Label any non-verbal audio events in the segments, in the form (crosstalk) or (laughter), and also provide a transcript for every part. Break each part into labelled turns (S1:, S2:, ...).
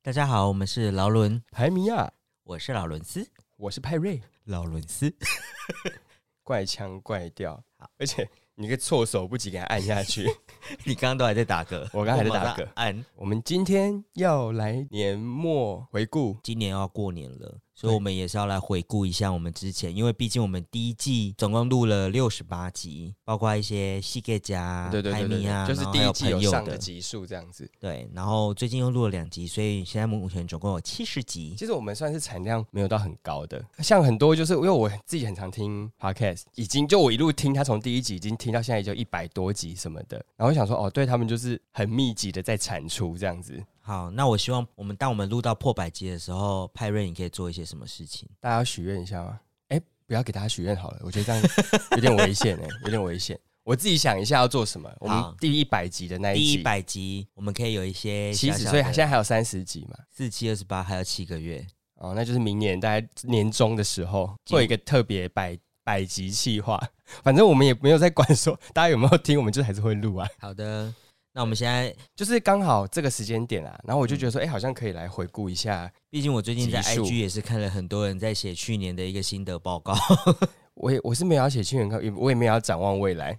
S1: 大家好，我们是劳伦，
S2: 排米亚，
S1: 我是劳伦斯，
S2: 我是派瑞，
S1: 劳伦斯。
S2: 怪腔怪调，而且你个措手不及给他按下 (laughs) 去。
S1: (laughs) 你刚刚都还在打嗝，
S2: (laughs) 我刚还在打嗝
S1: 马上按，
S2: 我们今天要来年末回顾，
S1: 今年要过年了，所以
S2: 对
S1: 我们也是要来回顾一下我们之前，因为毕竟我们第一季总共录了六十八集，包括一些细给家、
S2: 对对对
S1: 艾
S2: 对
S1: 米啊，
S2: 对，就是
S1: 然后
S2: 第
S1: 还
S2: 一
S1: 有
S2: 季有
S1: 朋友
S2: 上的
S1: 的
S2: 集数这样子。
S1: 对，然后最近又录了两集，所以现在目前总共有七十集。
S2: 其实我们算是产量没有到很高的，像很多就是因为我自己很常听 podcast，已经就我一路听他从第一集已经听到现在就一百多集什么的，然后我想说哦，对他们就是很密集的在产出这样子，
S1: 好，那我希望我们当我们录到破百集的时候，派瑞你可以做一些什么事情？
S2: 大家要许愿一下吗？哎、不要给大家许愿好了，我觉得这样 (laughs) 有点危险哎、有点危险。我自己想一下要做什么。我
S1: 好
S2: 们第一百集的那
S1: 第
S2: 一
S1: 一
S2: 集，
S1: 百集我们可以有一些
S2: 其
S1: 小
S2: 实
S1: 小
S2: 所以
S1: 的
S2: 现在还有三十集嘛，
S1: 四七二十八还有七个月，
S2: 哦，那就是明年大概年终的时候做一个特别百百集计划。 (laughs) 反正我们也没有在管说大家有没有听，我们就还是会录啊。
S1: 好的，那我们现在，
S2: 就是刚好这个时间点啊，然后我就觉得说，哎、好像可以来回顾一下。
S1: 毕竟我最近在
S2: 集数
S1: IG 也是看了很多人在写去年的一个心得报告， (laughs)
S2: 我也我是没有要写清源课，也我也没有要展望未来。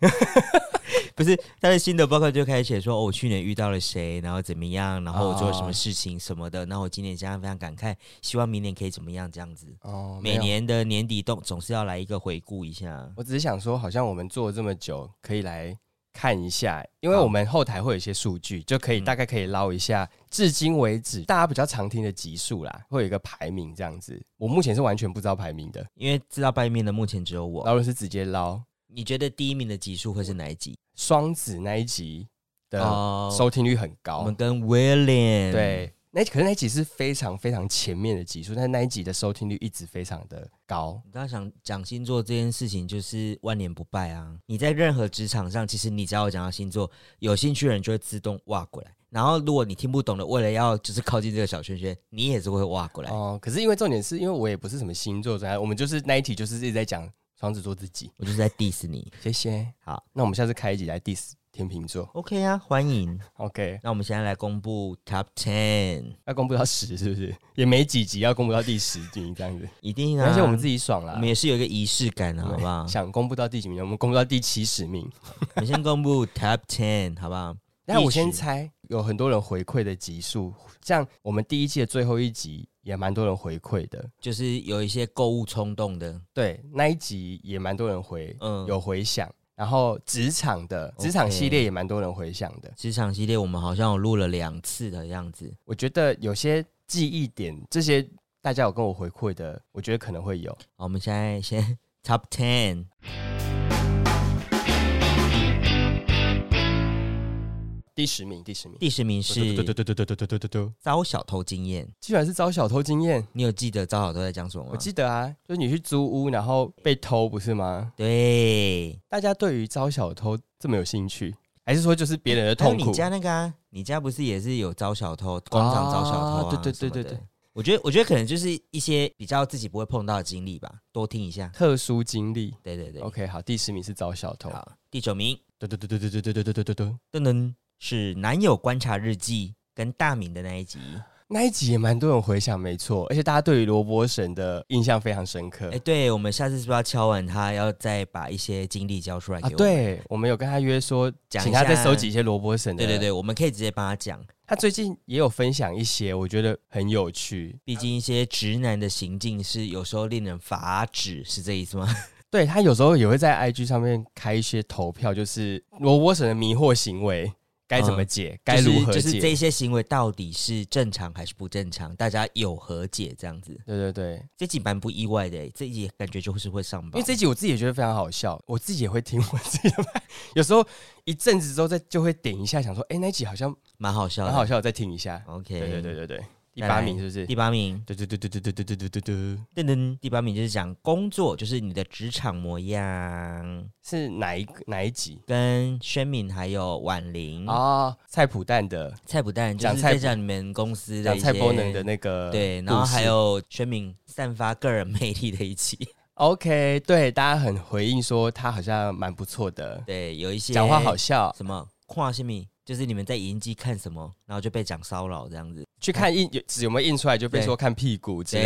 S1: 不是他的心得报告就开始写说，哦，我去年遇到了谁，然后怎么样，然后我做了什么
S2: 哦
S1: 事情什么的，那、我今年这样非常感慨，希望明年可以怎么样这样子。
S2: 哦，没
S1: 每
S2: 有
S1: 年的年底都总是要来一个回顾一下，
S2: 我只是想说，好像我们做了这么久，可以来看一下，因为
S1: 好
S2: 我们后台会有一些数据，就可以
S1: 嗯
S2: 大概可以捞一下，至今为止大家比较常听的集数啦，会有一个排名这样子。我目前是完全不知道排名的，
S1: 因为知道半面的目前只有我。
S2: 劳伦斯直接捞
S1: 你觉得第一名的集数会是哪一集？
S2: 双子那一集的
S1: 哦
S2: 收听率很
S1: 我
S2: 高，
S1: 们跟 William
S2: 对。那可是那一集是非常非常前面的集数，但那一集的收听率一直非常的高。
S1: 你刚想讲星座这件事情，就是万年不败啊！你在任何职场上，其实你只要有讲到星座，有兴趣的人就会自动挖过来。然后，如果你听不懂的，为了要就是靠近这个小圈圈，你也是会挖过来。
S2: 哦，可是因为重点是因为我也不是什么星座专家，我们就是那一题就是一直在讲双子座自己。
S1: 我就是在 diss 你。
S2: 谢谢。
S1: 好，
S2: 那我们下次开一集来 diss 天秤座。
S1: OK 啊，欢迎。
S2: OK，
S1: 那我们现在来公布 Top Ten，
S2: 要公布到十是不是？也没几集要公布到第十名这样子，
S1: 一定啊！
S2: 而且我们自
S1: 己，
S2: 己爽啦
S1: 我。们也是有一个仪式感的，
S2: 对
S1: 好不好？
S2: 想公布到第几名？我们公布到第七十名。
S1: 我们先公布 Top Ten，好不好？
S2: 那我
S1: 第十
S2: 先猜，有很多人回馈的集数，像我们第一季的最后一集也蛮多人回馈的，
S1: 就是有一些购物冲动的，
S2: 对，那一集也蛮多人回、
S1: 嗯，
S2: 有回响。然后职场的职场
S1: OK
S2: 系列也蛮多人回响的。
S1: 职场系列，我们好像有录了两次的样子。
S2: 我觉得有些记忆点，这些大家有跟我回馈的，我觉得可能会有。
S1: 好，我们现在先 (laughs) Top Ten。
S2: 第十名，第十名，
S1: 第十名
S2: 对对
S1: 是
S2: 对对对对对对对对，
S1: 招小偷经验。
S2: 居然是招小偷经验。
S1: 你有记得招小偷在讲什么吗？
S2: 我记得啊，就是你去租屋，然后被偷，不是吗？
S1: 对，
S2: 大家对于招小偷这么有兴趣，还是说就是别人的痛
S1: 还有
S2: 苦
S1: 你？家那个啊，你家不是也是有招小偷，广场招小偷啊？
S2: 啊对对对对
S1: 什么的
S2: 对。
S1: 我觉得，我觉得可能就是一些比较自己不会碰到的经历吧，多听一下。
S2: 特殊经历。
S1: 对对对。
S2: OK，好，第十名是招小偷。
S1: 好，第九名，
S2: 对对对对对对对对对对对，
S1: 噔噔，是男友观察日记跟大明的那一集。
S2: 那一集也蛮多人回想，没错，而且大家对于罗伯神的印象非常深刻。
S1: 哎，对，我们下次是不是要敲完他，要再把一些经历交出来
S2: 啊，
S1: 给我们？
S2: 对，我们有跟他约说，
S1: 讲一
S2: 请他再
S1: 下
S2: 收集一些罗伯神的。
S1: 对对对，我们可以直接帮他讲。
S2: 他最近也有分享一些，我觉得很有趣。
S1: 毕竟一些直男的行径是有时候令人发指，是这意思吗？
S2: 对他有时候也会在 IG 上面开一些投票，就是罗伯神的迷惑行为该怎么解， (laughs) 该如何解。
S1: 嗯就是？就是这些行为到底是正常还是不正常？大家有和解这样子，
S2: 对对对，
S1: 这集蛮不意外的欸，这集感觉就是会上
S2: 因
S1: 榜
S2: 为。这一集我自己也觉得非常好笑，我自己也会听我自己的有时候一阵子之后再就会点一下，想说，哎、那一集好像
S1: 蛮好笑的，
S2: 蛮好笑，再听一下。
S1: 嗯 OK，
S2: 对对对对对，第
S1: 再
S2: 八
S1: 来
S2: 名是不是？
S1: 第八名，
S2: 对对对对对对对对对对对，
S1: 噔噔，第八名就是讲工作，就是你的职场模样，
S2: 是哪一个哪一集？
S1: 跟宣敏还有婉玲、
S2: 哦，菜谱蛋的
S1: 菜不淡，就
S2: 讲
S1: 是
S2: 菜
S1: 在讲你们公司的
S2: 讲
S1: 一
S2: 菜
S1: 些
S2: 波能的那个
S1: 对，然后
S2: 故事
S1: 还有宣敏散发个人魅力的一期，
S2: OK，对，大家很回应说他好像蛮不错的，
S1: (laughs) 对，有一些
S2: 讲话好笑，
S1: 什么跨性米就是你们在影机看什么，然后就被讲骚扰这样子。
S2: 去看印有有没有印出来，就被
S1: 对
S2: 说看屁股之类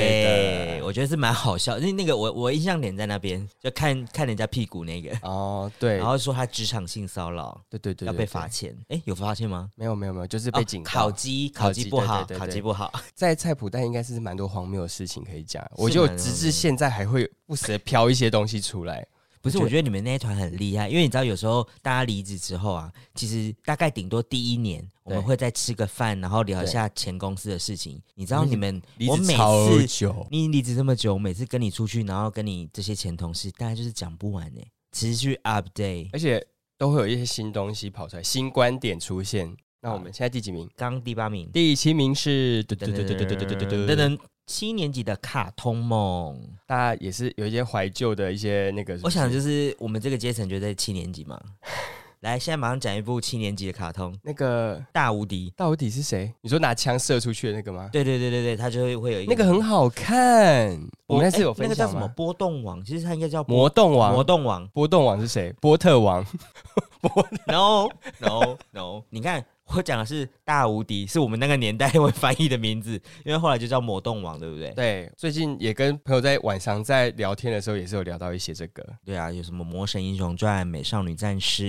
S1: 对，
S2: 的。
S1: 我觉得是蛮好笑，因为那个我我印象点在那边，就看看人家屁股那个，
S2: 哦，对，
S1: 然后说他职场性骚扰
S2: 对对对，
S1: 要
S2: 对
S1: 被
S2: 对
S1: 罚钱，哎，有罚钱吗？
S2: 没有没有没有，就是
S1: 哦
S2: 被警告。
S1: 烤鸡，
S2: 烤
S1: 烤
S2: 鸡
S1: 鸡不好，
S2: 对对对
S1: 烤鸡
S2: 对
S1: 不好，
S2: 在菜谱袋应该是蛮多荒谬的事情可以讲，我
S1: 是
S2: 就
S1: 蛮
S2: 直
S1: 荒
S2: 至
S1: 谬
S2: 现在还会不时地飘一些东西出来。
S1: 不是，我
S2: 我觉得
S1: 觉得你们那一团很厉害，因为你知道，有时候大家离职之后啊，其实大概顶多第一年，我们会再吃个饭，然后聊一下前公司的事情。你知道，你们
S2: 离
S1: 我
S2: 职
S1: 每
S2: 超
S1: 次
S2: 久，
S1: 你离职这么久，我每次跟你出去，然后跟你这些前同事，大概就是讲不完呢、持续 update。
S2: 而且都会有一些新东西跑出来，新观点出现。那我们现在第几名？
S1: 刚第八名，
S2: 第七名是对对对对对对对对对
S1: 等等，七年级的卡通梦，
S2: 大家也是有一些怀旧的一些那个。
S1: 我想就是是我们这个阶层就在七年级
S2: (laughs)
S1: 嘛。来，现在马上讲一部七年级的卡通《
S2: 那个
S1: 大无敌》。
S2: 到底是谁？你说拿枪射出去的那个吗？
S1: 对对对对对，它就会会有一个
S2: 那个很好看，我
S1: 波
S2: 们那次
S1: 诶
S2: 有分
S1: 哎那个叫什
S2: 享
S1: 么
S2: 吗？
S1: 波动王，其实它应该叫波
S2: 魔动
S1: 魔
S2: 王，
S1: 动王。
S2: 波动王是谁？波特王。
S1: No No No，你 (laughs) 看我讲的是大无敌，是我们那个年代会翻译的名字，因为后来就叫魔动王，对不对？
S2: 对，最近也跟朋友在晚上在聊天的时候，也是有聊到一些这个
S1: 对啊，有什么《魔神英雄传》《美少女战士》，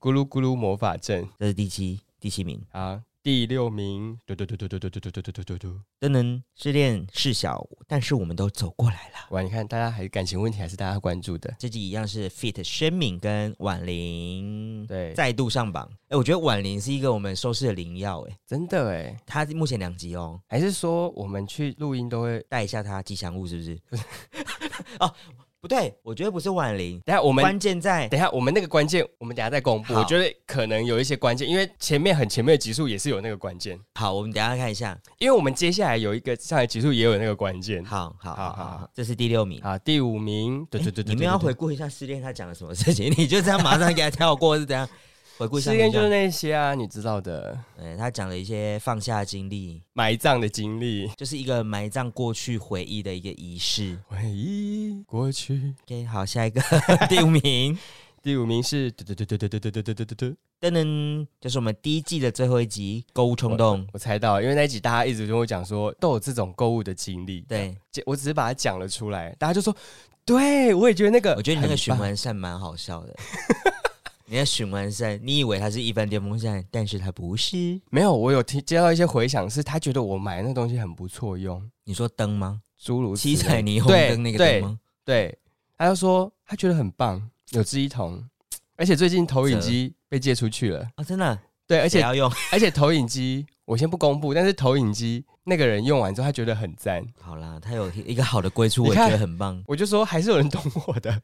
S2: 咕噜咕噜魔法阵
S1: 这是第七第七名。
S2: 啊。第六名，嘟嘟嘟嘟嘟嘟嘟嘟嘟嘟嘟嘟嘟。
S1: 噔噔，失恋事小，但是我们都走过来了。
S2: 哇，你看大家还感情问题还是大家关注的。
S1: 这集一样是 Fit 宣敏跟婉玲
S2: 对，
S1: 再度上榜。哎、我觉得婉玲是一个我们收视的灵药、哎，
S2: 真的哎，
S1: 她目前两集哦，
S2: 还是说我们去录音都会？
S1: 带一下他吉祥物是不是？哦，不对，我觉得不是婉玲，
S2: 等一下我们
S1: 关键在
S2: 等一下我们那个关键，我们等一下再公布。
S1: 好
S2: 我觉得可能有一些关键，因为前面很前面的集数也是有那个关键，
S1: 好，我们等一下看一下。
S2: 因为我们接下来有一个上来集数也有那个关键。
S1: 好好
S2: 好
S1: 好
S2: 好
S1: 好
S2: 好
S1: 好，这是第六名。
S2: 啊，第五名，对对对对，
S1: 你们要回顾一下失恋他讲了什么事情，你就这样马上给他跳过是怎
S2: (laughs)
S1: 样？回顾一下
S2: 失恋就是
S1: 回顾
S2: 那些啊，你知道的，
S1: 一下嗯，他讲了一些放下的经历，
S2: 埋葬的经历。
S1: 就是一个埋葬过去回忆的一个仪式。
S2: 回忆过去。
S1: OK，好，下一个第五
S2: (laughs)
S1: 名，
S2: 第五名是对对对对对对对对对对对，
S1: 噔噔，就是我们第一季的最后一集《购物冲动》。
S2: 我猜到，因为那一集大家一直跟我讲说都有这种购物的经历，
S1: 对，
S2: 这我只是把它讲了出来，大家就说，对我也觉得那个，
S1: 我觉得你那个循
S2: 很棒，
S1: 环扇蛮好笑的。你的循环扇，你以为它是一般电风扇，但是它不是。
S2: 没有，我有听接到一些回响，是他觉得我买那东西很不错用，
S1: 你说灯吗？
S2: 诸如
S1: 七
S2: 此类
S1: 彩霓虹
S2: 对
S1: 灯那个
S2: 对
S1: 灯吗？
S2: 对，他就说他觉得很棒，有志一同，而且最近投影机被借出去了，
S1: 啊，真的，
S2: 对，而
S1: 而且
S2: 且
S1: 要用。
S2: (laughs) 而且投影机我先不公布，但是投影机那个人用完之后，他觉得很赞。
S1: (laughs) 好啦，它有一个好的归处，
S2: 你
S1: 我觉
S2: 看
S1: 得很棒。 (laughs)
S2: 我就说还是有人懂我的。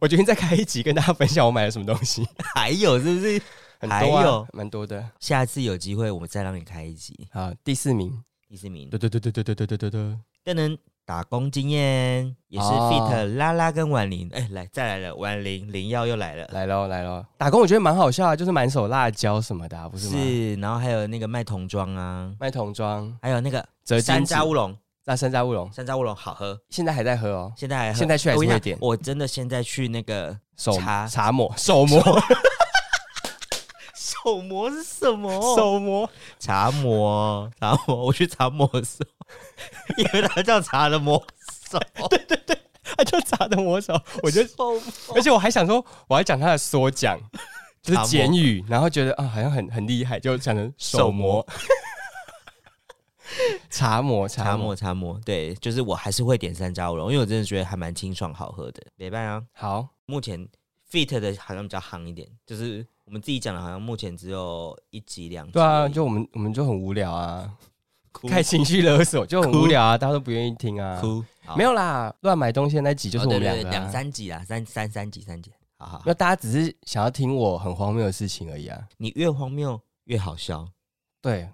S2: 我决定再开一集跟大家分享我买了什么东西，
S1: 还有是不是？
S2: 很
S1: 还
S2: 多啊
S1: 有，
S2: 蛮多的。
S1: 下次有机会我们再让你开一集。
S2: 好，第四名，
S1: 第四名，
S2: 对对对对对对对对对对，
S1: 噔噔，打工经验也是
S2: 哦
S1: Fit 拉拉跟婉玲，哎，来再来了，婉玲灵药又来了，
S2: 来喽来喽，打工我觉得蛮好笑啊，就是满手辣椒什么的、啊，不是吗？
S1: 是，然后还有那个卖童装啊，
S2: 卖童装、
S1: 还有那个
S2: 折
S1: 山
S2: 金纸
S1: 楂，乌龙，
S2: 那山楂乌龙
S1: 山楂乌龙好喝，
S2: 现在还在喝哦，
S1: 现在还喝
S2: 现在去还是
S1: 我跟你
S2: 会
S1: 讲
S2: 点
S1: 我真的现在去那
S2: (laughs)
S1: 个
S2: 手
S1: 茶
S2: 茶抹手磨
S1: 手磨是什么？
S2: 手磨，
S1: 茶磨，茶磨，我去茶磨手， (laughs) 因为它叫茶的磨手，
S2: (laughs) 他就茶
S1: (laughs)
S2: 的磨手，我就
S1: 手
S2: 而且我还想说，我还讲他的
S1: (laughs)
S2: 缩讲，就是
S1: 茶哦磨
S2: 简语，然后觉得啊，好像很很厉害，就讲成手模、 (laughs) 茶模、
S1: 茶
S2: 茶模
S1: 磨。茶磨，对，就是我还是会点山楂乌龙，因为我真的觉得还蛮清爽好喝的，没办啊。
S2: 好，
S1: 目前 Fit 的好像比较夯一点，就是我们自己讲的，好像目前只有一集两集而已。
S2: 对啊，就我们我们就很无聊啊，
S1: 哭
S2: 太情绪勒索就很
S1: 哭
S2: 无聊啊，大家都不愿意听啊。
S1: 哭，好
S2: 没有啦，乱买东西的那集就是
S1: 哦
S2: 我们
S1: 对
S2: 两
S1: 对
S2: 个
S1: 对
S2: 啊
S1: 两。三集啦，三三三集三集，好好好
S2: 那大家只是想要听我很荒谬的事情而已啊。
S1: 你越荒谬越好笑。
S2: 对，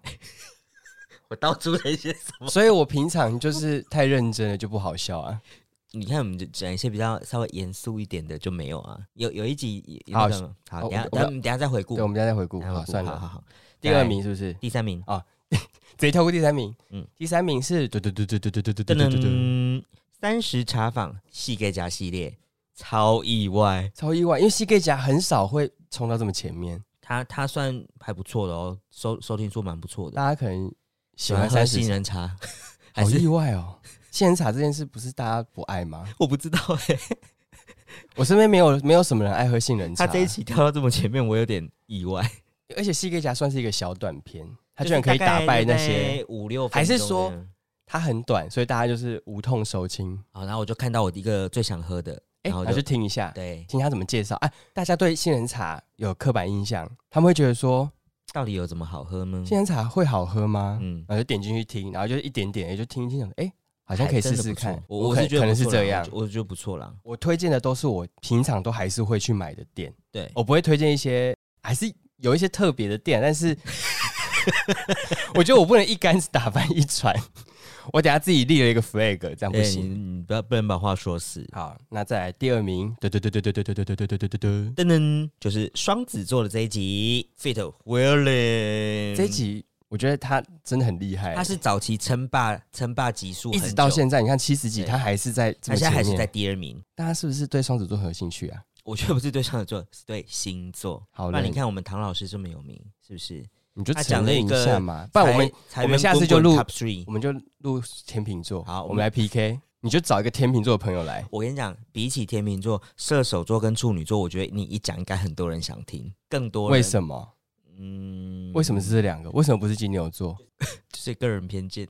S1: 我道出了一些什么？
S2: (laughs) 所以我平常就是太认真了就不好笑啊。
S1: 你看，我们就讲一些比较稍微严肃一点的就没有啊。有有一集
S2: 好
S1: 那个好，等
S2: 我
S1: 一下
S2: 我
S1: 等一下等一下再回顾
S2: 对，我，们家再回顾。
S1: 等一下
S2: 好，
S1: 回顾
S2: 算
S1: 好好
S2: 了，
S1: 好。
S2: 第二名是不是？
S1: 第三名，
S2: 直接跳过第三名。
S1: 哎
S2: 嗯
S1: 嗯，
S2: 第三名是对对对对对对对对对
S1: 噔
S2: 对对对，
S1: 噔，三十茶坊细给甲系列，超意外。
S2: 超意外，因为西 K 夹很少会冲到这么前面。
S1: 他他算还不错的哦，收收听数蛮不错的。
S2: 大家可能喜
S1: 喜
S2: 欢
S1: 欢
S2: 三
S1: 喝
S2: 十
S1: 杏，仁茶，还
S2: (laughs) 好意
S1: 是
S2: 外哦。杏仁茶这件事不是大家不爱吗？
S1: 我不知道哎、
S2: 我身边没有没有什么人爱喝杏仁茶。
S1: 他这一期跳到这么前面，我有点意外。
S2: 而且《西给甲》算是一个小短片，它居然可以打败那些，
S1: 五六分钟
S2: 还
S1: 这
S2: 是
S1: 样，
S2: 说它很短，所以大家就是无痛收听。
S1: 好，然后我就看到我一个最想喝的，
S2: 哎、
S1: 然后
S2: 那
S1: 就
S2: 就听一下，
S1: 对，
S2: 听他怎么介绍。哎、大家对杏仁茶有刻板印象，他们会觉得说
S1: 到底有怎么好喝呢？
S2: 杏仁茶会好喝吗？
S1: 嗯，
S2: 然后就点进去听，然后就一点点，也就听一听，想说哎、好像可以
S1: 还真
S2: 试
S1: 的
S2: 试
S1: 不错
S2: 看。
S1: 我我
S2: 可
S1: 是觉得
S2: 可能是
S1: 不错啦
S2: 这样
S1: 我觉。我觉得不错啦。
S2: 我推荐的都是我平常都还是会去买的店，
S1: 对，
S2: 我不会推荐一些还是有一些特别的店，
S1: (laughs)
S2: 但是我觉得我不能一竿子打翻一船，我等下自己立了一个 flag，这样不
S1: 哎
S2: 行。
S1: 你你不要不能把话说死。
S2: 好，那再来第二名，对对对对对对对对对对对对对对，
S1: 噔噔，就是双子座的这一集，Fit Willing
S2: 这一，集我觉得他真的很厉害，
S1: 他是早期称霸称霸集数，
S2: 一直到现在，你看七十集，
S1: 对
S2: 他还是在这
S1: 他
S2: 么
S1: 现在还
S2: 前
S1: 是在
S2: 面。
S1: 第二名。
S2: 大家是不是对双子座很有兴趣啊？
S1: 我觉得不是对双子座，是对星座。
S2: 好
S1: 那
S2: 嘞
S1: 你看我们唐老师这么有名，是不是？
S2: 你就
S1: 他讲
S2: 承
S1: 了
S2: 认
S1: 一
S2: 一
S1: 个
S2: 下嘛，不然我们
S1: 财
S2: 我
S1: 源
S2: 们下次
S1: 滚
S2: 就
S1: 滚
S2: 录
S1: Top Three
S2: 我。们就录天秤座，
S1: 好
S2: 我
S1: 我
S2: 们
S1: 们
S2: 来 PK，你就找一个天秤座的朋友来，
S1: 我跟你讲，比起天秤座、射手座跟处女座，我觉得你一讲应该很多人想听，更多人
S2: 为什么？
S1: 嗯，
S2: 为什么是这两个？为什么不是金牛座？
S1: 就是个人偏见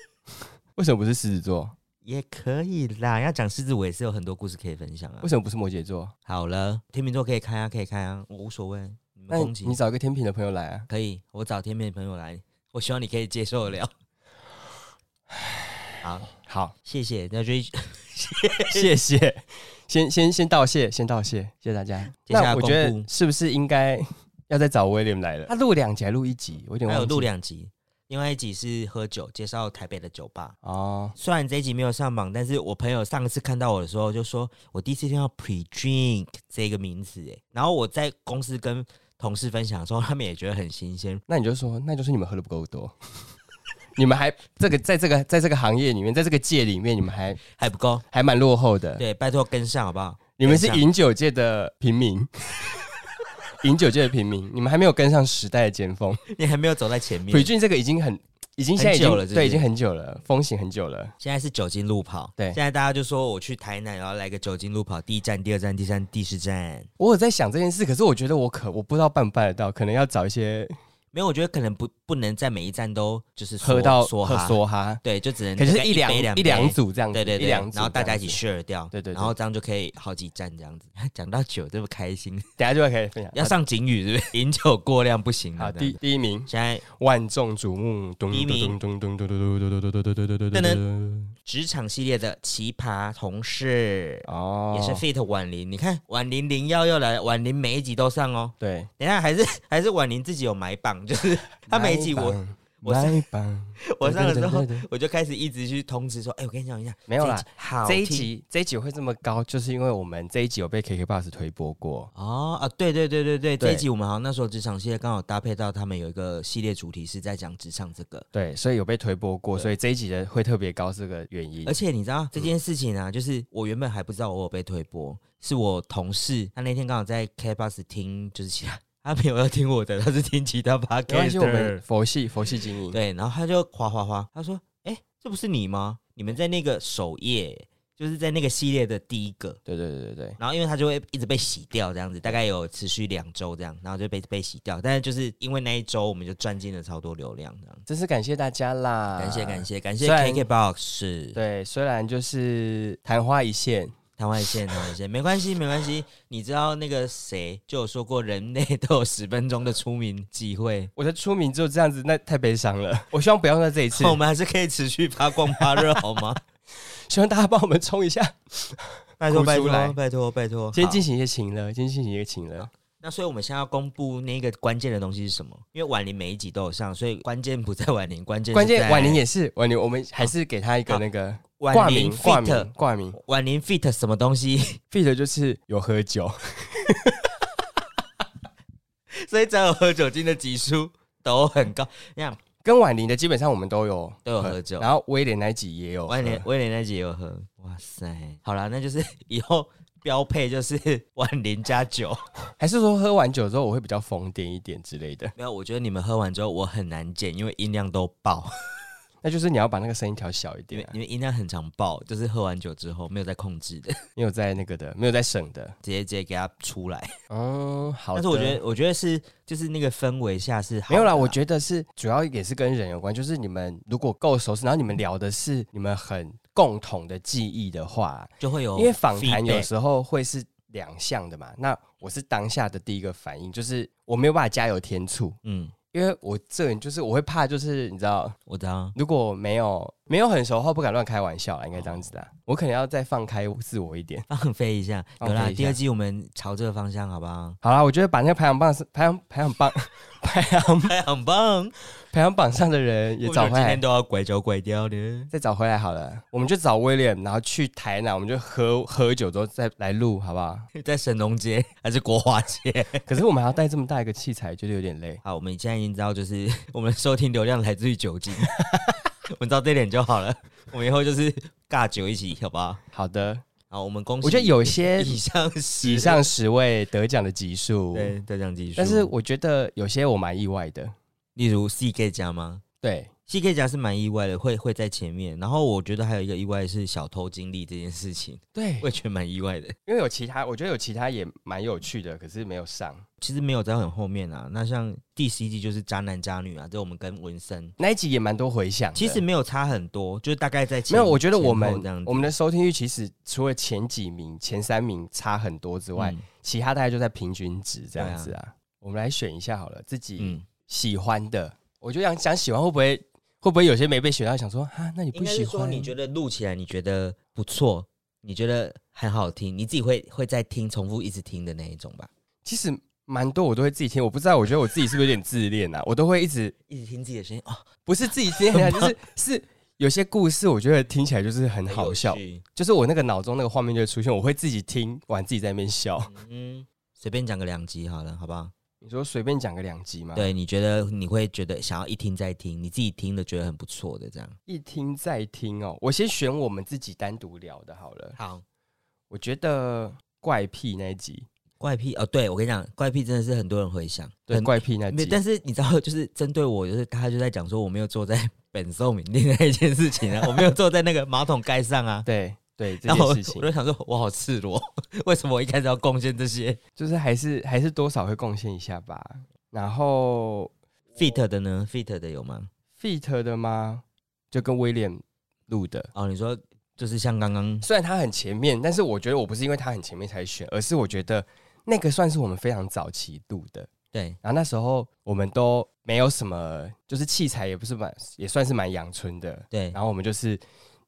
S1: (laughs)
S2: 为什么不是狮子座？
S1: 也可以啦。要讲狮子，我也是有很多故事可以分享啊
S2: 为。什么不是摩羯座？
S1: 好了，天秤座可以开啊，可以开啊，我无所谓。哎你
S2: 那
S1: 们攻击
S2: 你找一个天平的朋友来啊！
S1: 可以，我找天秤的朋友来，我希望你可以接受得了。好，
S2: 好，
S1: (laughs) 谢谢，那就一
S2: (laughs) 谢谢，先先先道谢，先道谢，谢谢大家。
S1: 接下来
S2: 那我
S1: 公
S2: 觉得
S1: 布
S2: 是不是应该要再找威廉来了？他录两集还录一集，我有
S1: (laughs)
S2: 点
S1: 还
S2: 忘
S1: 有
S2: 记。
S1: 录两集，另外一集是喝酒，介绍台北的酒吧。
S2: 哦，
S1: 虽然这一集没有上榜，但是我朋友上次看到我的时候就说，我第一次听到 pre drink 这个名词，哎，然后我在公司跟同事分享的时候，他们也觉得很新鲜。
S2: 那你就说，那就是你们喝的不够多。 (laughs) 你们还这个在这个在这个行业里面，在这个界里面，你们还
S1: 还不够，
S2: 还蛮落后的。
S1: 对，拜托跟上好不 (laughs) 好？
S2: 你们是
S1: 跟上
S2: 饮酒界的平民，饮酒界的平民，你们还没有跟上时代的尖峰。
S1: 你还没有走在前面
S2: 普。俊这个已经很，已经现在已
S1: 很久
S2: 经
S1: 了是不是
S2: 对，已经很久了，风行很久了。
S1: 现在是酒精路跑，
S2: 对
S1: 现在大家就说我去台南，然后来个酒精路跑，第一站、第二站、第三、第四站。
S2: 我有在想这件事，可是我觉得我可我不知道办不办得到，可能要找一些
S1: 没有，我觉得可能不不能在每一站都就是
S2: 喝到
S1: 说
S2: 喝
S1: 哈，
S2: 梭哈，
S1: 对，就只能
S2: 可能就是
S1: 大概
S2: 一两
S1: 杯两
S2: 一两
S1: 杯
S2: 组这样子，
S1: 对对
S2: 一
S1: 对，
S2: 两组这样子，
S1: 然后大家一起 share 掉，
S2: 对对对
S1: 然后这样就可以好几站这样子。 (laughs) 讲到酒这么开
S2: (laughs)
S1: 心，
S2: 等下就会可以分享。
S1: 要上警语是不
S2: (laughs)
S1: 是？饮酒过量不行
S2: 好，
S1: 啊。
S2: 第第一名
S1: 现在
S2: 万众瞩目，咚
S1: 第一名
S2: 咚咚咚咚咚咚咚咚咚咚咚
S1: 噔
S2: 咚噔，
S1: 职场系列的奇葩同事。
S2: 哦，
S1: 也是 fit 婉玲，你看婉玲零幺又来了，婉玲每一集都上哦。
S2: 对，
S1: 等一下还是还是婉玲自己有买榜，
S2: (laughs)
S1: 就是她每一集我我上
S2: 来吧，
S1: 我上了之后
S2: 对，对对对对
S1: 我就开始一直去通知说，哎、我跟你讲一下，
S2: 没有啦，
S1: 好
S2: 这一
S1: 听
S2: 集这一集会这么高，就是因为我们这一集有被 KK Bus 推播过。
S1: 哦啊，对对对对对，
S2: 对
S1: 这一集我们好像那时候职场系列刚好搭配到他们有一个系列主题是在讲职场这个，
S2: 对，所以有被推播过，
S1: 对
S2: 所以这一集的会特别高是个原因
S1: 而。且你知道这
S2: 嗯
S1: 件事情啊，就是我原本还不知道我有被推播，是我同事他那天刚好在 K bus 听，就是其他他没有要听我的，他是听其他 p o d c a
S2: 没关
S1: s
S2: 系，我们佛系佛系经营。
S1: 对，然后他就哗哗哗，他说，哎、这不是你吗？你们在那个首页，就是在那个系列的第一个。
S2: 对对对对对，
S1: 然后因为它就会一直被洗掉这样子，大概有持续两周这样，然后就被被洗掉。但是就是因为那一周，我们就赚进了超多流量这样。
S2: 真是感谢大家啦！
S1: 感谢感
S2: 谢。
S1: 谢感谢
S2: 虽然
S1: KKBOX 是
S2: 对，虽然就是昙花一现，
S1: 台湾线台湾线，没关系没关系。你知道那个谁就有说过，人类都有十分钟的出名机会，
S2: 我的出名就这样子，那太悲伤了。 (laughs) 我希望不要在这一次，
S1: 我们还是可以持续发光发热好吗？
S2: 希望大家帮我们冲一下。
S1: (laughs) 拜托
S2: 哭
S1: 拜
S2: 出来
S1: 托拜托拜托。
S2: 今天
S1: 好
S2: 进行一个情了，今天进行一个情了。
S1: 那所以我们现在要公布那个关键的东西是什么？因为婉玲每一集都有上，所以关键不在婉玲，关键是
S2: 关键
S1: 在
S2: 婉玲也是婉玲，我们还是给她一个那个挂
S1: 婉
S2: 名
S1: 玲
S2: 挂
S1: fit
S2: 名挂名
S1: 婉玲 fit 什么东西？ (laughs)
S2: ，fit 就是有喝酒。
S1: 所以只要有喝酒精的级数都很高。你看，
S2: 跟婉玲的基本上我们都有
S1: 都有喝酒
S2: 然后威廉那一集也有喝
S1: 威廉威廉那集也有喝，哇塞！好啦，那就是以后 (laughs) 标配就是 (laughs) 万灵加酒。
S2: 还是说喝完酒之后我会比较疯癫一点之类的？
S1: 没有，我觉得你们喝完之后我很难剪，因为音量都爆，
S2: 那就是你要把那个声音调小一
S1: 因
S2: 点
S1: 为 (laughs)
S2: 啊、
S1: 因为音量很常爆，就是喝完酒之后没有在控制的， (laughs)
S2: 没有在那个的，没有在省的。
S1: 直接直接给它出来。
S2: 嗯，好的。
S1: 但是我觉得，我觉得是就是那个氛围下是好的
S2: 没有啦，我觉得是主要也是跟人有关，就是你们如果够熟识，然后你们聊的是你们很共同的记忆的话，
S1: 就会有
S2: 因为访谈有
S1: feedback
S2: 时候会是两项的嘛。那我是当下的第一个反应，就是我没有办法加油添醋，
S1: 嗯，
S2: 因为我这人就是我会怕，就是你知道，
S1: 我知道。
S2: 如果没有没有很熟的话，不敢乱开玩笑啦，应该这样子的啊。我可能要再放开自我一点。
S1: 啊 (laughs) 放飞一下，有
S2: 哦放
S1: 啦。
S2: 飞一
S1: 第二
S2: 下
S1: 季我们朝这个方向，好不好？ (laughs)
S2: 好啦，我觉得把那个排行榜是排行排行榜 (laughs) 排行
S1: 哎，很棒，
S2: 排行榜上的人也找
S1: 我
S2: 回
S1: 们今
S2: 来
S1: 天。都要拐脚拐掉的。 (laughs)
S2: 再找回来好了，我们就找威廉，然后去台南，我们就喝喝酒之后再来录，好不好？
S1: 在神农街还是国华街？ (laughs)
S2: 可是我们还要带这么大一个器材，觉得有点累。
S1: 好，我们现在已经知道，就是 (laughs) 我们的收听流量来自于酒精， (laughs) 我们知道这点就好了。 (laughs) 我们以后就是尬酒一起，好不好？
S2: 好的，
S1: 好，我们恭喜。
S2: 我觉得有些
S1: 以上十
S2: 以上十位得奖的集数，
S1: 对得奖技术，
S2: 但是我觉得有些我蛮意外的。
S1: 例如 CK 家吗
S2: 对，
S1: ？CK 家是蛮意外的，会会在前面。然后我觉得还有一个意外是小偷经历这件事情，
S2: 对
S1: 我，也觉得蛮意外的。
S2: 因为有其他，我觉得有其他也蛮有趣的，可是没有上
S1: 其实没有在很后面啊。那像第十一季就是渣男渣女啊，这我们跟文森
S2: 那一集也蛮多回响的。
S1: 其实没有差很多，就是大概在前
S2: 没有，我觉得我
S1: 前后这
S2: 们
S1: 样子
S2: 我们的收听率其实除了前几名、前三名差很多之外，
S1: 嗯
S2: 其他大概就在平均值这
S1: 对
S2: 样
S1: 啊
S2: 子啊。我们来选一下好了，自己
S1: 嗯，
S2: 喜欢的，我就想想喜欢会不会会不会有些没被选到，想说啊，那你
S1: 应
S2: 不
S1: 该
S2: 喜
S1: 是说
S2: 欢？
S1: 你觉得录起来你觉得不错，你觉得很好听，你自己会会再听重复一直听的那一种吧？
S2: 其实蛮多我都会自己听，我不知道，我觉得我自己是不是有点自恋啊？我都会一直
S1: 一直听自己的声音哦，
S2: 不是自己自
S1: (laughs)
S2: 恋啊，就是是有些故事，我觉得听起来就是很好笑
S1: 很，有趣
S2: 就是我那个脑中那个画面就会出现，我会自己听完自己在那边笑。
S1: 嗯，随便讲个两集好了，好不好？
S2: (laughs) 你说随便讲个两集嘛，，
S1: 对，你觉得你会觉得想要一听再听，你自己听的觉得很不错的这样。
S2: 一听再听哦。我先选我们自己单独聊的好了，
S1: 好，
S2: 我觉得怪癖那一集，
S1: 怪癖哦，对我跟你讲，怪癖真的是很多人回想，
S2: 对，
S1: 很
S2: 怪癖那
S1: 没有，
S2: 集，
S1: 但是你知道，就是针对我，就是他就在讲说我没有坐在 (laughs) 本寿明令那一件事情啊，我没有坐在那个马桶盖上啊。
S2: 对对
S1: (laughs)
S2: 这
S1: 然后
S2: 件
S1: 我
S2: 事情
S1: 我。就想说，我好赤裸， (laughs) 为什么我一开始要贡献这些
S2: 就是还是还是多少会贡献一下吧。然后
S1: fit 的呢？fit 的有吗？
S2: feat 的吗？就跟威廉录的，
S1: 哦，你说就是像刚刚
S2: 虽然他很前面，但是我觉得我不是因为他很前面才选，而是我觉得那个算是我们非常早期录的。
S1: 对，
S2: 然后那时候我们都没有什么，就是器材也不是蛮，也算是蛮阳春的。
S1: 对
S2: 然后我们就是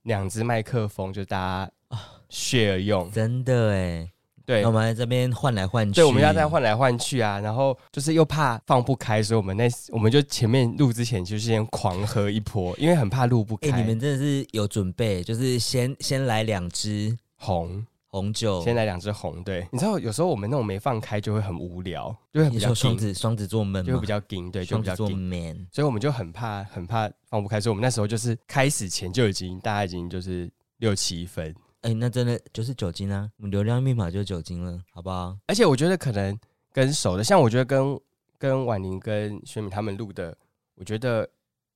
S2: 两只麦克风，就大家 share 用。
S1: 真的哎，
S2: 对
S1: 那我，们在这边换来换去，
S2: 对，我们要再换来换去啊，然后就是又怕放不开，所以我们那我们就前面录之前就是先狂喝一波，因为很怕录不
S1: 哎、
S2: 开。
S1: 你们真的是有准备，就是先先来两支
S2: 红，
S1: 红酒，
S2: 先来两支红，对，你知道有时候我们那种没放开就会很无聊，就会
S1: 你
S2: 比较
S1: 说双子
S2: 紧，
S1: 双子座闷
S2: 就会
S1: 吗
S2: 比？较紧，对，就
S1: 双
S2: 比
S1: 子
S2: 较
S1: 座
S2: 紧，
S1: man，
S2: 所以我们就很怕很怕放不开，所以我们那时候就是开始前就已经大家已经就是六七分，
S1: 哎、那真的就是酒精啊，我们流量密码就是酒精了，好不好？
S2: 而且我觉得可能跟熟的，像我觉得跟跟婉玲、跟薛敏他们录的，我觉得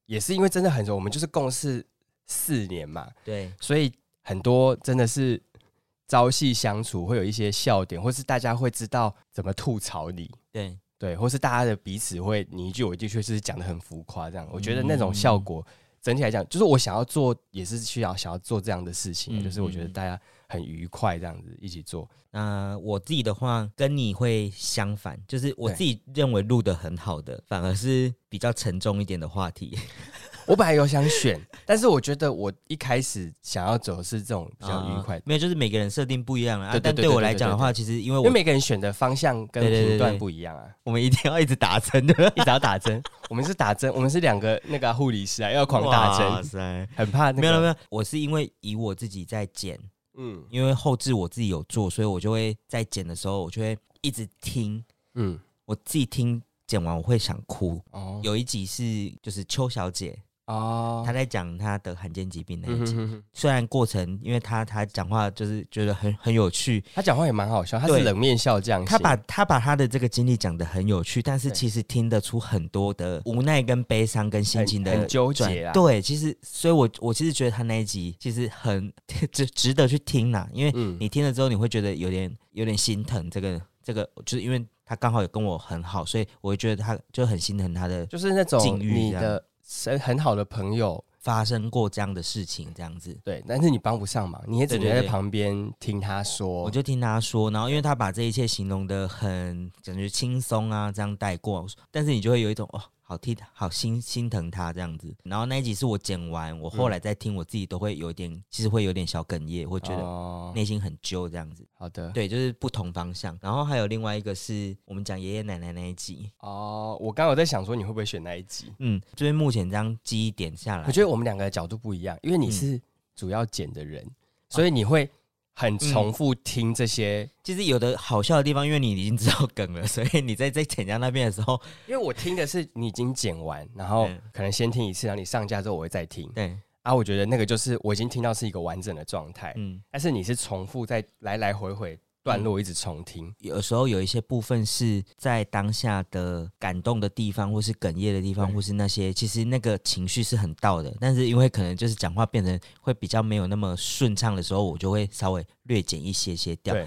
S2: 也是因为真的很熟，我们就是共事四年嘛，
S1: 对，
S2: 所以很多真的是朝夕相处，会有一些笑点，或是大家会知道怎么吐槽你，
S1: 对，
S2: 对，或是大家的彼此会你一句我一句，确实是讲的很浮夸，这样，我觉得那
S1: 嗯
S2: 种效果。整体来讲，就是我想要做，也是需要想要做这样的事情，
S1: 嗯
S2: 就是我觉得
S1: 嗯
S2: 大家很愉快这样子一起做。
S1: 那我自己的话跟你会相反，就是我
S2: 对
S1: 自己认为录的很好的，反而是比较沉重一点的话题，
S2: 我本来有想选，但是我觉得我一开始想要走的是这 (laughs) 种比较愉快，
S1: 啊没有，就是每个人设定不一样啊。
S2: 对对
S1: 但
S2: 对
S1: 对
S2: 对
S1: 我
S2: 对
S1: 来
S2: 对
S1: 讲的
S2: 对
S1: 话，其实因为
S2: 因为
S1: 我
S2: 每个人选的方向跟
S1: 对对对
S2: 频
S1: 对
S2: 段不一样啊。
S1: 我们一定要一直打针的，
S2: 一直要打针，我们是打针，我们是两个那个啊护理师啊，要 (laughs) 狂打
S1: 哇
S2: 针，
S1: 塞
S2: 很怕那个。
S1: 没有了没有，我是因为以我自己在剪，
S2: 嗯
S1: 因为后置我自己有做，所以我就会在剪的时候，我就会一直听，
S2: 嗯
S1: 我自己听剪完我会想哭。
S2: 哦，
S1: 有一集是就是邱小姐，
S2: 哦
S1: 他在讲他的罕见疾病那
S2: 嗯
S1: 一
S2: 哼
S1: 集，
S2: 哼哼
S1: 虽然过程，因为他他讲话就是觉得很很有趣，
S2: 他讲话也蛮好笑，他是
S1: 对
S2: 冷面笑匠型，
S1: 他把他把他的这个经历讲得很有趣，但是
S2: 对
S1: 其实听得出很多的无奈跟悲伤跟心情的
S2: 很很纠结
S1: 转
S2: 啊
S1: 对，其实所以我，我其实觉得他那一集其实很 (laughs) 值值得去听啦，因为
S2: 嗯
S1: 你听了之后，你会觉得有点有点心疼这个这个，就是因为他刚好有跟我很好，所以我会觉得他就很心疼他的
S2: 就是那种
S1: 境遇
S2: 你
S1: 这样
S2: 的很很好的朋友，
S1: 发生过这样的事情这样子。
S2: 对，但是你帮不上忙，你也
S1: 对
S2: 只能
S1: 对
S2: 在
S1: 对
S2: 旁边听他说。
S1: 我就听他说，然后因为他把这一切形容的很感觉轻松啊，这样带过，但是你就会有一种哦，好替他，好心心疼他这样子。然后那一集是我剪完，我
S2: 嗯
S1: 后来再听，我自己都会有一点，其实会有点小哽咽，会觉得
S2: 哦，
S1: 内心很揪这样
S2: (laughs)
S1: 子。
S2: 好的，
S1: 对，就是不同方向。然后还有另外一个是我们讲爷爷奶奶那一集，
S2: 哦，我刚刚有在想说你会不会选那一集？
S1: 嗯，就是目前这样记忆点下来，
S2: 我觉得我们两个的角度不一样，因为你
S1: 嗯
S2: 是主要剪的人，所以你会很重复听这些。
S1: 其实有的好笑的地方，因为你已经知道梗了，所以你在在剪家那边的时候，
S2: 因为我听的是你已经剪完，然后
S1: 嗯
S2: 可能先听一次，然后你上架之后我会再听
S1: 对，
S2: 啊。我觉得那个就是我已经听到是一个完整的状态，
S1: 嗯。
S2: 但是你是重复在来来回回段落一直重听。
S1: 有时候有一些部分是在当下的感动的地方，或是哽咽的地方，
S2: 对
S1: 或是那些，其实那个情绪是很到的，但是因为可能就是讲话变成会比较没有那么顺畅的时候，我就会稍微略减一些些掉，
S2: 对，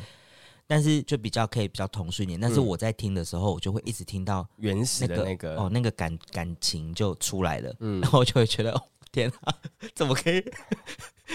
S1: 但是就比较可以比较同顺一点。但是
S2: 嗯
S1: 我在听的时候，我就会一直听到
S2: 原始
S1: 那
S2: 的
S1: 个
S2: 那个，
S1: 哦，那个感感情就出来了，
S2: 嗯
S1: (coughs) 然，后我就会觉得哦，天啊， (laughs) 怎么可以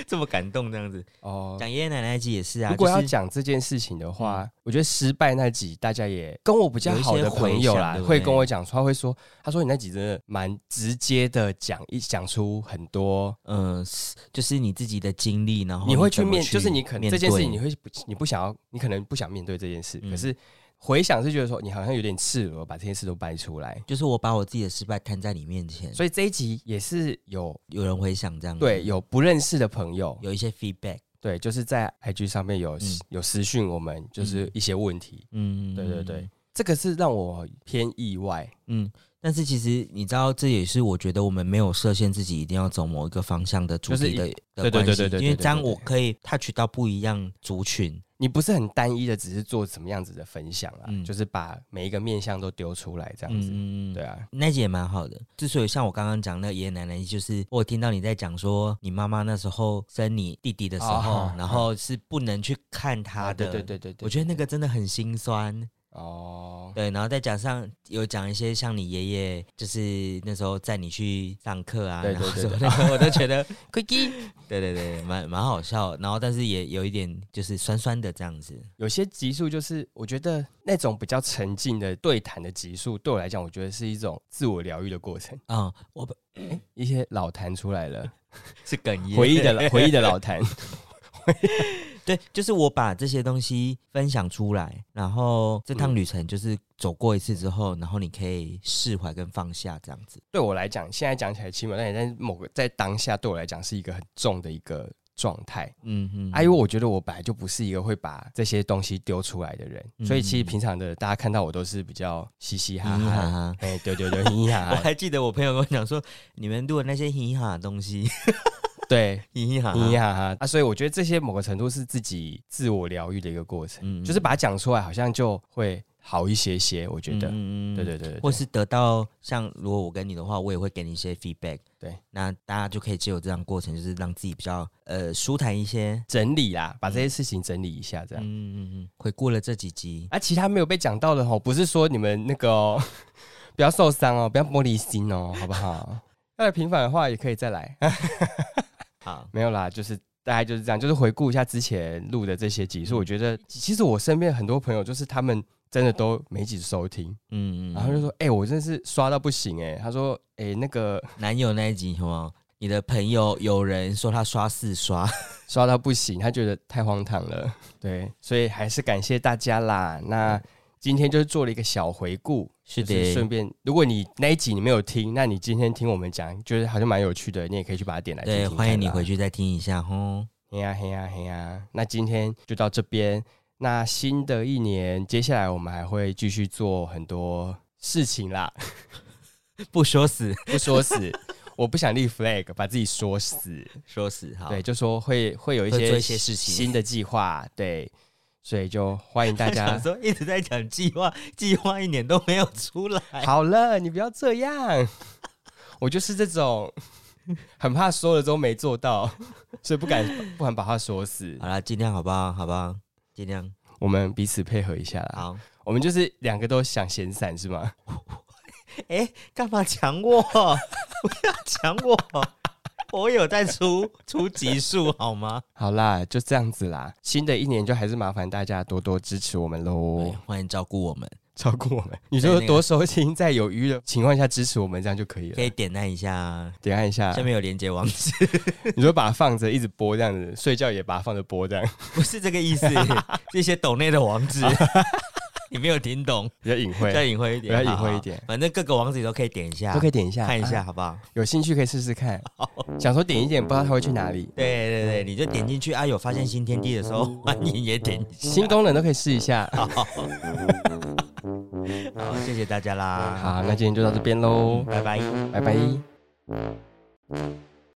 S1: 这么感动这样子？
S2: 哦。
S1: 讲爷爷奶奶那集也是啊，
S2: 如果要
S1: 就是
S2: 讲这件事情的话，
S1: 嗯
S2: 我觉得失败那集大家也跟我比较好的朋友啦
S1: 有一些回想对，不对
S2: 会跟我讲说，他会说，他说你那集真的蛮直接的讲，一讲出很多，
S1: 呃，是就是你自己的经历，然后
S2: 你会去
S1: 哦怎么
S2: 面，就是你可能这件事情你
S1: 面
S2: 会不，你不想要，你可能不想面对这件事，
S1: 嗯
S2: 可是回想是觉得说你好像有点赤裸，把这件事都掰出来
S1: 对，，就是我把我自己的失败摊在你面前，
S2: 所以这一集也是有
S1: 有人回想这样子，
S2: 对有不认识的朋友，
S1: 嗯有一些 feedback，
S2: 对，就是在 IG 上面有、
S1: 嗯
S2: 有私讯我们，就是一些问题，
S1: 嗯，
S2: 对对对，，这个是让我偏意外。
S1: 嗯。但是其实你知道，这也是我觉得我们没有设限自己一定要走某一个方向的主
S2: 就是
S1: 题的
S2: 一对对
S1: 的关
S2: 对
S1: 系
S2: 对对，对
S1: 因为
S2: 对
S1: 这样
S2: 对
S1: 我可以 touch 到不一样族群，
S2: 你不是很单一的，只是做什么样子的分享啊，
S1: 嗯
S2: 就是把每一个面向都丢出来这样子。
S1: 嗯嗯嗯
S2: 对啊，
S1: 那集也蛮好的。之所以像我刚刚讲那个爷爷奶奶，就是我有听到你在讲说，你妈妈那时候生你弟弟的时候，
S2: 哦
S1: 然后是不能去看他
S2: 啊
S1: 的。
S2: 对对对对对，
S1: 我觉得那个真的很心酸。
S2: 哦，
S1: 对，然后再加上有讲一些像你爷爷，就是那时候载你去上课啊，
S2: 对
S1: 然后
S2: 对
S1: 什
S2: 对
S1: 么的，我都
S2: (laughs)
S1: 觉得 q u i (laughs) 对对对，蛮蛮好笑。然后但是也有一点就是酸酸的这样子。
S2: 有些集数就是我觉得那种比较沉静的对谈的集数，对我来讲，我觉得是一种自我疗愈的过程。
S1: 嗯，
S2: (laughs)
S1: 我
S2: 一些老谈出
S1: (laughs)
S2: 来了，
S1: 是哽咽
S2: 回忆的
S1: (laughs)
S2: 老 (laughs) 回忆的老谈，
S1: 对，就是我把这些东西分享出来，然后这
S2: 嗯
S1: 趟旅程就是走过一次之后，然后你可以释怀跟放下这样子。
S2: 对我来讲，现在讲起来轻描淡写，但是某个在当下对我来讲是一个很重的一个状态。
S1: 嗯嗯，
S2: 啊，因为我觉得我本来就不是一个会把这些东西丢出来的人，
S1: 嗯
S2: 所以其实平常的大家看到我都是比较嘻嘻哈
S1: 哈嗯哈
S2: 哈，
S1: 哈。
S2: 哎，对对对，嘻嘻哈
S1: (laughs) 我
S2: 哈，
S1: 还记得我朋友跟我讲说，你们录的那些嘻嘻哈哈的东西， (laughs)
S2: 对，
S1: 嘻嘻哈
S2: 嘻
S1: 哈
S2: 嘻，哈哈啊，所以我觉得这些某个程度是自己自我疗愈的一个过程，
S1: 嗯
S2: 就是把它讲出来，好像就会好一些些，我觉得，
S1: 嗯
S2: 对对对对
S1: 或
S2: 对，
S1: 是得到像如果我跟你的话，我也会给你一些 feedback。
S2: 对，
S1: 那大家就可以借由这样的过程，就是让自己比较呃舒坦一些。
S2: 整理啦，把这些事情整理一下，这
S1: 嗯
S2: 样。
S1: 嗯嗯，回顾了这几集，
S2: 啊，其他没有被讲到的哦，不是说你们那个、哦、 (laughs) 不要受伤哦，不要玻璃心哦，好不好？ (laughs) 要来平反的话，也可以再来。
S1: 好，
S2: 没有啦，就是大概就是这样，就是回顾一下之前录的这些集
S1: 嗯
S2: 数。我觉得其实我身边很多朋友，就是他们真的都没几收听，
S1: 嗯嗯，
S2: 然后就说：“哎、我真是刷到不行哎、他说：“哎、那个
S1: 男友那一集，好不好？你的朋友有人说他刷四刷，
S2: 刷到不行，他觉得太荒唐了。”
S1: (laughs)
S2: 对，所以还是感谢大家啦。那今天就是做了一个小回顾，
S1: 是
S2: (laughs) 就是顺便，如果你那一集你没有听，那你今天听我们讲，觉得好像蛮有趣的，你也可以去把它点来听
S1: 对，
S2: 听
S1: 欢迎你回
S2: 去。
S1: 去再听一下
S2: (laughs)
S1: 吼。
S2: 嘿呀嘿呀嘿呀！那今天就到这边。那新的一年，接下来我们还会继续做很多事情啦， (laughs)
S1: 不说死， (laughs)
S2: 不说死。我不想立 flag，把自己说死。
S1: 说死好，
S2: 对，就说会会有一
S1: 会
S2: 些
S1: 做一些事情
S2: 新的计划，对，所以就欢迎 (laughs) 大
S1: (laughs) 想
S2: 家。
S1: 说一直在讲计划， (laughs) 计划一年都没有出来。
S2: 好了，你不要这样， (laughs) 我就是这
S1: (laughs)
S2: 种很怕说了之后没做到，所以不敢
S1: (laughs)
S2: 不敢把话说死。
S1: 好啦，尽量好不好？好不好？尽量
S2: 我们彼此配合一下啦。
S1: 好。
S2: 我们就是两个都想闲散是吗？
S1: 哎、干嘛抢我？ (laughs) 不要抢我！我有在出出集数好吗？
S2: 好啦，就这样子啦。新的一年就还是麻烦大家多多支持我们喽，
S1: 哎欢迎照顾我们，
S2: 照顾 (laughs) 我们。你就多收听，在有余的情况下支持我们，这样就可以
S1: 可
S2: 了。
S1: 以点赞一下啊，
S2: 点按一下
S1: 下，面有连接网址， (laughs)
S2: 你就把它放着一直播这样子，睡觉也把它放着播这样，
S1: 不是这个意思，是一些抖内的网址。你没有听懂，
S2: 比较隐 (laughs)
S1: 再
S2: 晦，
S1: 隐晦一点，
S2: 比较
S1: 好
S2: 隐晦
S1: 好
S2: 一点
S1: 反正各个网址都可以点一下，
S2: 都可以点一下
S1: 看一下，
S2: 啊
S1: 好不好？
S2: 有兴趣可以试试 (laughs) 看。想说点一点，不知道它会去哪里。
S1: 对对对，你就点进去啊，有发现新天地的时候，欢迎也点啊一下。
S2: 新功能都可以试一下。
S1: (laughs) 好，谢谢大家啦，
S2: 嗯好，那今天就到这边喽，
S1: 拜拜。
S2: 拜拜。